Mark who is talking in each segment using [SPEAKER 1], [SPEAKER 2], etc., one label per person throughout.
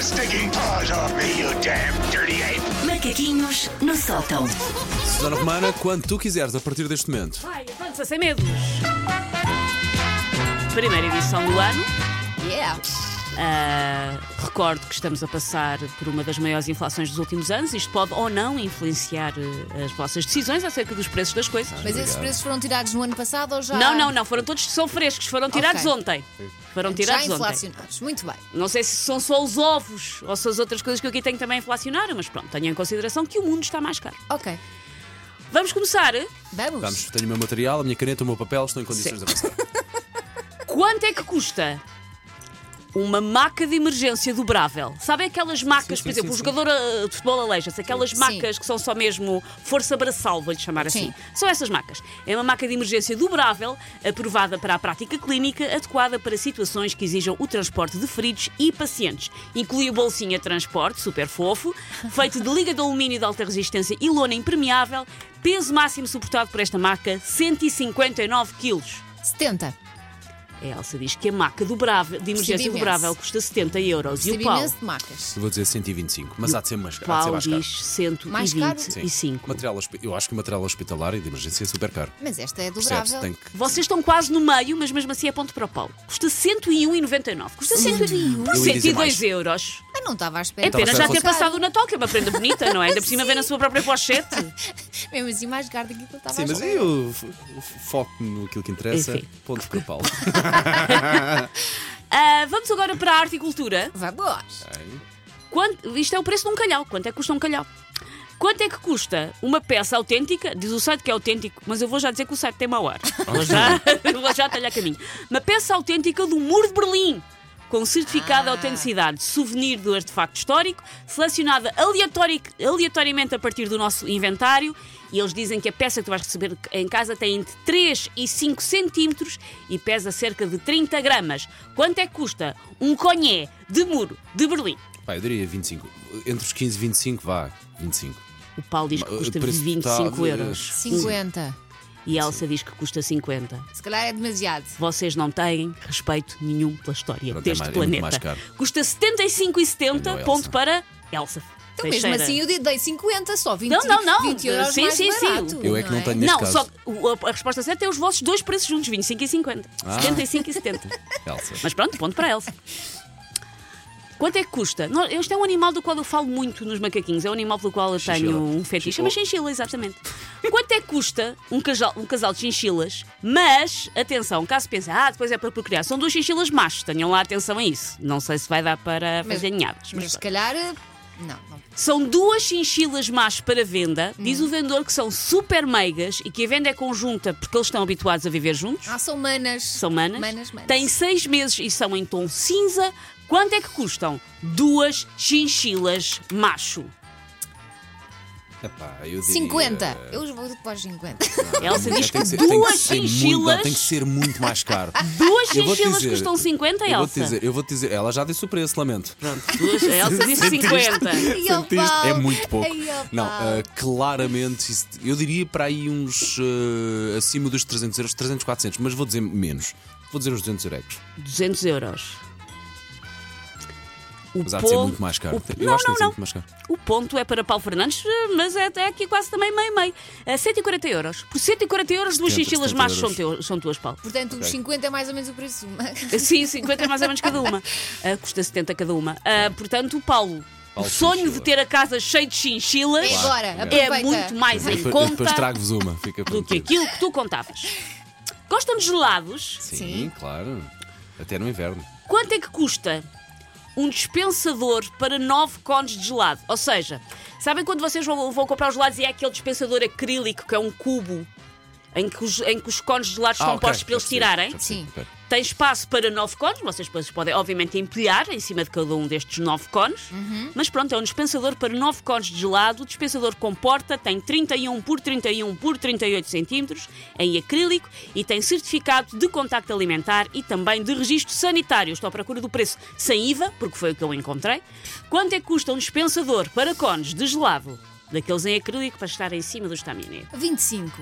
[SPEAKER 1] sticking paws off me, you damn dirty ape!
[SPEAKER 2] Macaquinhos no sótão.
[SPEAKER 3] Susana Romana, quando tu quiseres, a partir deste momento. Tá,
[SPEAKER 4] Vai, avança sem medos. Primeira edição do ano.
[SPEAKER 5] Yeah.
[SPEAKER 4] Ah, recordo que estamos a passar por uma das maiores inflações dos últimos anos. Isto pode ou não influenciar eh, as vossas decisões acerca dos preços das coisas.
[SPEAKER 5] Mas ah, esses preços foram tirados no ano passado ou já?
[SPEAKER 4] Não, não, não. Foram todos que são frescos. Foram tirados ontem. Foram
[SPEAKER 5] Já
[SPEAKER 4] tirados ontem.
[SPEAKER 5] inflacionados. Muito bem.
[SPEAKER 4] Não sei se são só os ovos ou se as outras coisas que eu aqui tenho também inflacionaram, mas pronto, tenham em consideração que o mundo está mais caro.
[SPEAKER 5] Ok.
[SPEAKER 4] Vamos começar. eh?
[SPEAKER 5] Vamos.
[SPEAKER 3] Vamos, tenho o meu material, a minha caneta, o meu papel, estou em condições de avançar.
[SPEAKER 4] Quanto é que custa uma maca de emergência dobrável? Sabem aquelas macas,
[SPEAKER 3] Sim,
[SPEAKER 4] por
[SPEAKER 3] sim,
[SPEAKER 4] exemplo,
[SPEAKER 3] sim,
[SPEAKER 4] o jogador ah, de futebol aleija-se, aquelas
[SPEAKER 5] Sim.
[SPEAKER 4] macas que são só mesmo força braçal, vou-lhe chamar assim.
[SPEAKER 5] Sim.
[SPEAKER 4] São essas macas. É uma maca de emergência dobrável, aprovada para a prática clínica, adequada para situações que exijam o transporte de feridos e pacientes. Inclui o bolsinho a transporte, super fofo, feito de liga de alumínio de alta resistência e lona impermeável, peso máximo suportado por esta maca, 159 quilos.
[SPEAKER 5] 70.
[SPEAKER 4] A É, Elsa diz que a maca dobrável, de emergência
[SPEAKER 5] imenso.
[SPEAKER 4] dobrável custa 70 euros. E o
[SPEAKER 5] Percebi
[SPEAKER 4] Paulo,
[SPEAKER 5] imenso de marcas.
[SPEAKER 3] Vou dizer 125, mas há de ser mais há de ser
[SPEAKER 4] Paulo
[SPEAKER 3] mais caro.
[SPEAKER 4] diz
[SPEAKER 5] Mais caro?
[SPEAKER 3] Sim.
[SPEAKER 4] 125.
[SPEAKER 3] Material, hospi- eu acho que o material hospitalar e de emergência é super caro.
[SPEAKER 5] Mas esta é
[SPEAKER 3] Percebes?
[SPEAKER 5] dobrável.
[SPEAKER 3] Tem que.
[SPEAKER 4] Vocês estão quase no meio, mas mesmo assim é ponto para o Paulo. Custa 101,99. Custa 101 por
[SPEAKER 3] Eu ia dizer
[SPEAKER 4] 102
[SPEAKER 3] mais. Então,
[SPEAKER 4] euros.
[SPEAKER 5] Ah, não estava à espera.
[SPEAKER 4] É pena
[SPEAKER 3] a
[SPEAKER 4] já
[SPEAKER 3] pensar
[SPEAKER 4] ter
[SPEAKER 3] que
[SPEAKER 4] passado o Natal, que é uma prenda bonita, não é? Ainda por cima
[SPEAKER 5] Sim.
[SPEAKER 4] vem na sua própria pochete.
[SPEAKER 5] Mesmo assim, mais caro do que é. eu estava
[SPEAKER 3] Sim,
[SPEAKER 5] à
[SPEAKER 3] mas
[SPEAKER 5] espera.
[SPEAKER 3] eu f- f- foco no aquilo que interessa.
[SPEAKER 4] Enfim.
[SPEAKER 3] Ponto para o Paulo.
[SPEAKER 4] Ah, vamos agora para a arte e cultura.
[SPEAKER 5] Vamos.
[SPEAKER 4] Quanto- isto é o preço de um calhau. Quanto é que custa um calhau? Quanto é que custa uma peça autêntica? Diz o site que é autêntico, mas eu vou já dizer que o site tem mau ar. Vou já, vou já talhar caminho. Uma peça autêntica do Muro de Berlim, com certificado de
[SPEAKER 5] Ah.
[SPEAKER 4] autenticidade, souvenir do artefacto histórico, selecionada aleatori- aleatoriamente a partir do nosso inventário. E eles dizem que a peça que tu vais receber em casa tem entre 3 e 5 centímetros e pesa cerca de 30 gramas. Quanto é que custa um conhé de muro de Berlim?
[SPEAKER 3] Pá, eu diria 25. Entre os 15 e 25, vá. 25.
[SPEAKER 4] O Paulo diz que
[SPEAKER 3] Ma-
[SPEAKER 4] custa
[SPEAKER 3] eh, preço
[SPEAKER 4] 25
[SPEAKER 3] total,
[SPEAKER 4] euros
[SPEAKER 5] 50.
[SPEAKER 4] e a Elsa diz que custa 50.
[SPEAKER 5] Se calhar é demasiado.
[SPEAKER 4] Vocês não têm respeito nenhum pela história
[SPEAKER 3] Pronto, é
[SPEAKER 4] deste
[SPEAKER 3] mais- é muito mais
[SPEAKER 4] planeta.
[SPEAKER 3] caro.
[SPEAKER 4] custa 75,70,
[SPEAKER 3] Olha, Elsa.
[SPEAKER 4] ponto para Elsa.
[SPEAKER 5] Então, mesmo
[SPEAKER 4] Teixeira.
[SPEAKER 5] assim, eu dei 50, só 20,
[SPEAKER 4] Não, não, não.
[SPEAKER 5] 20 euros
[SPEAKER 4] Sim,
[SPEAKER 5] mais
[SPEAKER 4] sim, sim.
[SPEAKER 5] barato,
[SPEAKER 3] Eu é que não tenho neste
[SPEAKER 4] Não,
[SPEAKER 3] caso.
[SPEAKER 4] só que o- a, a resposta certa é os vossos dois preços juntos, 25 e 50.
[SPEAKER 3] Ah.
[SPEAKER 4] 75 e 70.
[SPEAKER 3] Elsa.
[SPEAKER 4] Mas pronto, ponto para a Elsa. Quanto é que custa? Não, Este é um animal do qual eu falo muito nos macaquinhos. É um animal pelo qual eu
[SPEAKER 3] Chinchila.
[SPEAKER 4] tenho um fetiche. Chama
[SPEAKER 3] Chinchila.
[SPEAKER 4] chinchila, exatamente. Quanto é que custa um casal, um casal de chinchilas? Mas, atenção, caso pensem, ah, depois é para procriar. São duas chinchilas machos. Tenham lá atenção a isso. Não sei se vai dar para
[SPEAKER 5] Mas-
[SPEAKER 4] fazer ninhadas. mas
[SPEAKER 5] Mas se
[SPEAKER 4] pronto.
[SPEAKER 5] calhar. eh, Não, não.
[SPEAKER 4] São duas chinchilas más para venda. Diz o vendedor que são super meigas e que a venda é conjunta porque eles estão habituados a viver juntos.
[SPEAKER 5] Ah, são manas.
[SPEAKER 4] São manas.
[SPEAKER 5] Manas, manas.
[SPEAKER 4] Têm seis meses e são em tom cinza. Quanto é que custam? Duas chinchilas macho.
[SPEAKER 3] Epá, eu diria-
[SPEAKER 5] 50. Eu vou para os 50.
[SPEAKER 4] Elsa
[SPEAKER 3] É,
[SPEAKER 4] diz
[SPEAKER 3] tem
[SPEAKER 4] que
[SPEAKER 3] que ser- tem que
[SPEAKER 4] duas
[SPEAKER 3] ser muito- não, Tem que
[SPEAKER 4] chinchilas.
[SPEAKER 3] ser muito mais caro.
[SPEAKER 4] Duas
[SPEAKER 3] Eu vou-te
[SPEAKER 4] chinchilas
[SPEAKER 3] dizer-
[SPEAKER 4] custam 50,
[SPEAKER 3] Eu vou-te
[SPEAKER 4] Elsa.
[SPEAKER 3] dizer, eu vou-te dizer, ela já disse o preço, lamento.
[SPEAKER 4] Duas, a Elsa disse 50.
[SPEAKER 5] Ai, ó,
[SPEAKER 3] Sentiste? É
[SPEAKER 5] Paulo.
[SPEAKER 3] muito pouco.
[SPEAKER 5] Ai, ó,
[SPEAKER 3] não,
[SPEAKER 5] Paulo.
[SPEAKER 3] ah, claramente, isso- eu diria para aí uns ah, acima dos 300 euros, 300, 400, mas vou dizer menos. Vou dizer uns 200 euros.
[SPEAKER 4] 200 euros. O
[SPEAKER 3] Mas há de ser
[SPEAKER 4] pol-
[SPEAKER 3] muito mais caro.
[SPEAKER 4] o-
[SPEAKER 3] Eu
[SPEAKER 4] não,
[SPEAKER 3] acho que
[SPEAKER 4] não,
[SPEAKER 3] deve ser
[SPEAKER 4] não.
[SPEAKER 3] muito mais caro.
[SPEAKER 4] O ponto é para Paulo Fernandes, mas é até aqui quase também Eh, meio-meio. A 140 euros. Por 140 euros, duas
[SPEAKER 3] 70,
[SPEAKER 4] chinchilas
[SPEAKER 3] 70
[SPEAKER 4] machos são,
[SPEAKER 3] euros.
[SPEAKER 4] teu- são tuas, Paulo.
[SPEAKER 5] Portanto, os 50 é mais ou menos o preço de uma.
[SPEAKER 4] Sim, 50 é mais ou menos cada uma. Ah, custa 70 cada uma. Ah, portanto, Paulo,
[SPEAKER 3] Paulo
[SPEAKER 4] o sonho
[SPEAKER 3] Chinchila.
[SPEAKER 4] de ter a casa cheia de chinchilas
[SPEAKER 5] É agora, aproveita.
[SPEAKER 4] é muito mais
[SPEAKER 3] Eu
[SPEAKER 4] em
[SPEAKER 3] depois, eu depois
[SPEAKER 4] conta
[SPEAKER 3] trago-vos uma. Fica
[SPEAKER 4] do que é
[SPEAKER 3] prometido.
[SPEAKER 4] aquilo que tu contavas. Gostam de gelados?
[SPEAKER 3] Sim,
[SPEAKER 5] Sim.
[SPEAKER 3] claro. Até no inverno.
[SPEAKER 4] Quanto é que custa um dispensador para 9 cones de gelado? Ou seja, sabem quando vocês vão, vão comprar os gelados e é aquele dispensador acrílico que é um cubo em que os, em que os cones de gelado estão
[SPEAKER 3] Ah, ok,
[SPEAKER 4] postos para
[SPEAKER 3] já
[SPEAKER 4] eles
[SPEAKER 3] percebi,
[SPEAKER 4] tirarem?
[SPEAKER 3] já percebi,
[SPEAKER 5] Sim.
[SPEAKER 3] ok.
[SPEAKER 4] Tem espaço para 9 cones, vocês depois podem obviamente empilhar em cima de cada um destes 9 cones. Mas pronto, é um dispensador para 9 cones de gelado. O dispensador com porta tem 31 por 31 por 38 centímetros em acrílico e tem certificado de contacto alimentar e também de registro sanitário. Estou à procura do preço sem IVA, porque foi o que eu encontrei. Quanto é que custa um dispensador para cones de gelado? daqueles em acrílico para estar em cima do estaminé.
[SPEAKER 5] 25.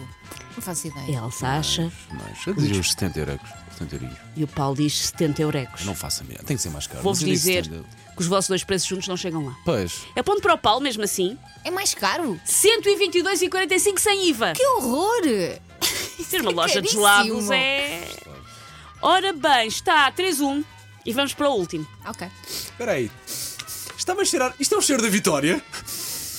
[SPEAKER 5] Não faço
[SPEAKER 4] A
[SPEAKER 5] ideia.
[SPEAKER 4] Elsa acha
[SPEAKER 3] Mas eu diria uns 70 euros. 70 euros.
[SPEAKER 4] e o Paulo diz 70 eurecos.
[SPEAKER 3] Não faça melhor. Tem que ser mais caro.
[SPEAKER 4] Vou-vos
[SPEAKER 3] Mas eu digo
[SPEAKER 4] dizer
[SPEAKER 3] 70.
[SPEAKER 4] que os vossos dois preços juntos não chegam lá.
[SPEAKER 3] Pois.
[SPEAKER 4] É ponto para o Paulo, mesmo assim.
[SPEAKER 5] É mais caro?
[SPEAKER 4] 122,45 sem IVA.
[SPEAKER 5] Que horror!
[SPEAKER 4] Ser uma loja de
[SPEAKER 5] Caríssimo.
[SPEAKER 4] gelados é. Ora bem, está a 3-1 e vamos para o último.
[SPEAKER 5] Ok.
[SPEAKER 3] Espera aí. Estava a cheirar. Isto é o cheiro da vitória?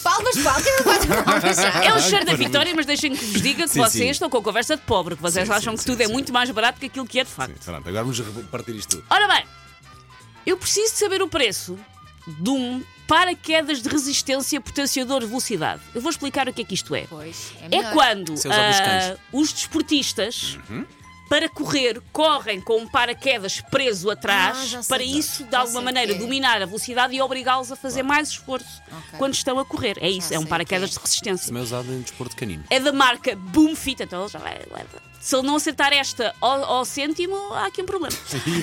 [SPEAKER 5] Palmas, palmas, palmas, palmas. já.
[SPEAKER 4] É o cheiro da vitória, mas deixem que vos diga que
[SPEAKER 3] Ah, Sim,
[SPEAKER 4] vocês
[SPEAKER 3] sim.
[SPEAKER 4] estão com a conversa de pobre, que vocês
[SPEAKER 3] Sim,
[SPEAKER 4] acham
[SPEAKER 3] sim,
[SPEAKER 4] que
[SPEAKER 3] sim,
[SPEAKER 4] tudo é
[SPEAKER 3] sim.
[SPEAKER 4] muito mais barato que aquilo que é de facto.
[SPEAKER 3] Pronto, agora vamos repartir isto tudo.
[SPEAKER 4] Ora bem, eu preciso de saber o preço de um paraquedas de resistência potenciador de velocidade. Eu vou explicar o que é que isto é.
[SPEAKER 5] Pois, é,
[SPEAKER 4] É
[SPEAKER 5] melhor.
[SPEAKER 4] quando
[SPEAKER 3] Isso é usado nos
[SPEAKER 4] ah, os desportistas, para correr, correm com um paraquedas preso
[SPEAKER 5] Ah,
[SPEAKER 4] atrás
[SPEAKER 5] já sei.
[SPEAKER 4] para isso, de
[SPEAKER 5] Já
[SPEAKER 4] alguma
[SPEAKER 5] sei
[SPEAKER 4] maneira,
[SPEAKER 5] o que é.
[SPEAKER 4] dominar a velocidade e obrigá-los a fazer mais esforço
[SPEAKER 5] Ok.
[SPEAKER 4] quando estão a correr. É isso,
[SPEAKER 5] Já
[SPEAKER 4] é um
[SPEAKER 5] sei o
[SPEAKER 4] paraquedas
[SPEAKER 5] que
[SPEAKER 4] de
[SPEAKER 5] é.
[SPEAKER 4] resistência.
[SPEAKER 3] Também é usado em desporto canino.
[SPEAKER 4] É da marca Boomfit, então ele já vai. leva. Se ele não acertar esta ao, ao cêntimo, há aqui um problema.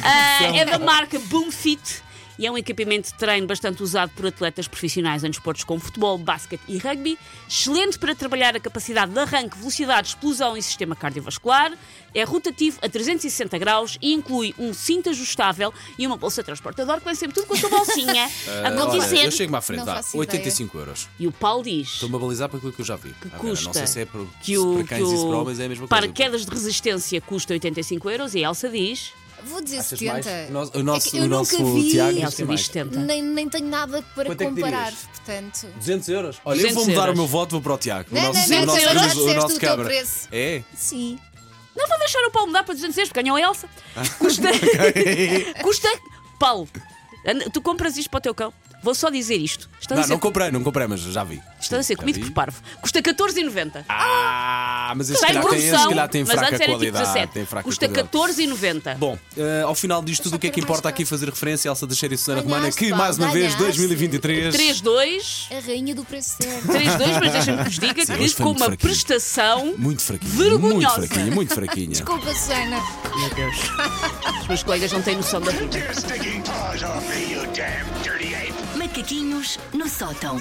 [SPEAKER 4] Ah, é da marca Boomfit e é um equipamento de treino bastante usado por atletas profissionais em desportos como futebol, basquete e rugby. Excelente para trabalhar a capacidade de arranque, velocidade, explosão e sistema cardiovascular. É rotativo a 360 graus e inclui um cinto ajustável e uma bolsa transportador que vem sempre tudo com a sua bolsinha. a
[SPEAKER 3] Ah, Olha, eu
[SPEAKER 4] acontecer.
[SPEAKER 3] chego-me à frente,
[SPEAKER 5] Não
[SPEAKER 3] vá.
[SPEAKER 5] faço ideia.
[SPEAKER 3] 85 euros.
[SPEAKER 4] E o Paulo diz.
[SPEAKER 3] Estou-me a balizar para aquilo que eu já vi. Que
[SPEAKER 4] custa
[SPEAKER 3] Não sei se é para,
[SPEAKER 4] que o,
[SPEAKER 3] se para cães
[SPEAKER 4] que
[SPEAKER 3] e se
[SPEAKER 4] o
[SPEAKER 3] para homens é a mesma coisa.
[SPEAKER 4] paraquedas de resistência custa 85 euros e a Elsa diz
[SPEAKER 5] Vou dizer
[SPEAKER 3] Achas
[SPEAKER 5] 70.
[SPEAKER 3] mais? O nosso- o
[SPEAKER 5] É
[SPEAKER 3] nosso-
[SPEAKER 5] que eu
[SPEAKER 3] o nosso
[SPEAKER 5] nunca vi.
[SPEAKER 3] Tiago-
[SPEAKER 4] Elsa
[SPEAKER 3] mais.
[SPEAKER 4] diz 70
[SPEAKER 5] Nem, nem tenho nada para
[SPEAKER 3] Quanto é que
[SPEAKER 5] comparar,
[SPEAKER 3] dirias?
[SPEAKER 5] portanto.
[SPEAKER 3] 200 euros? Olha, eu
[SPEAKER 4] 200
[SPEAKER 3] vou mudar
[SPEAKER 4] euros.
[SPEAKER 3] o meu voto, vou para o Tiago.
[SPEAKER 5] Não,
[SPEAKER 3] o nosso,
[SPEAKER 5] não,
[SPEAKER 3] o nosso,
[SPEAKER 5] não,
[SPEAKER 3] o nosso,
[SPEAKER 5] não, não,
[SPEAKER 3] o
[SPEAKER 5] disseste
[SPEAKER 3] nosso
[SPEAKER 5] o teu
[SPEAKER 3] cabra.
[SPEAKER 5] preço.
[SPEAKER 3] É?
[SPEAKER 5] Sim.
[SPEAKER 4] não vou deixar o Paulo mudar para 200 euros porque ganhou a Elsa
[SPEAKER 3] Ah,
[SPEAKER 4] custa custa Paulo anda- tu compras isto para o teu cão vou só dizer isto estás a
[SPEAKER 3] Não,
[SPEAKER 4] ser,
[SPEAKER 3] não comprei, não comprei, mas já vi.
[SPEAKER 4] estás a ser
[SPEAKER 3] Já
[SPEAKER 4] comido
[SPEAKER 3] vi.
[SPEAKER 4] por parvo custa 14,90
[SPEAKER 3] Ah, mas esse
[SPEAKER 4] está em
[SPEAKER 3] calhar tem, esse
[SPEAKER 4] promoção
[SPEAKER 3] calhar tem
[SPEAKER 4] mas
[SPEAKER 3] fraca
[SPEAKER 4] antes era tipo
[SPEAKER 3] qualidade.
[SPEAKER 4] 17
[SPEAKER 3] tem fraca
[SPEAKER 4] custa
[SPEAKER 3] qualidade.
[SPEAKER 4] 14,90
[SPEAKER 3] Bom, eh, ao final disto tudo, o que é que
[SPEAKER 5] quero mais
[SPEAKER 3] importa aqui
[SPEAKER 5] coisas.
[SPEAKER 3] fazer referência à Elsa Teixeira e Susana Romana,
[SPEAKER 5] Ganhaste,
[SPEAKER 3] que
[SPEAKER 5] Paulo,
[SPEAKER 3] mais uma vez,
[SPEAKER 5] ganhaste.
[SPEAKER 3] 2023.
[SPEAKER 4] 3-2
[SPEAKER 5] A rainha do preço certo.
[SPEAKER 4] 3-2 mas deixa-me que vos diga
[SPEAKER 3] Sim,
[SPEAKER 4] que
[SPEAKER 3] hoje foi
[SPEAKER 4] com
[SPEAKER 3] muito
[SPEAKER 4] uma
[SPEAKER 3] fraquinho.
[SPEAKER 4] prestação
[SPEAKER 3] Muito fraquinha.
[SPEAKER 4] Vergonhosa.
[SPEAKER 3] Muito fraquinha, muito fraquinha.
[SPEAKER 5] Desculpa, Susana.
[SPEAKER 4] Meu Deus. Os meus colegas não têm noção da vida.
[SPEAKER 1] Get your stinking paws off me, you damn dirty ape!
[SPEAKER 2] Macaquinhos no sótão.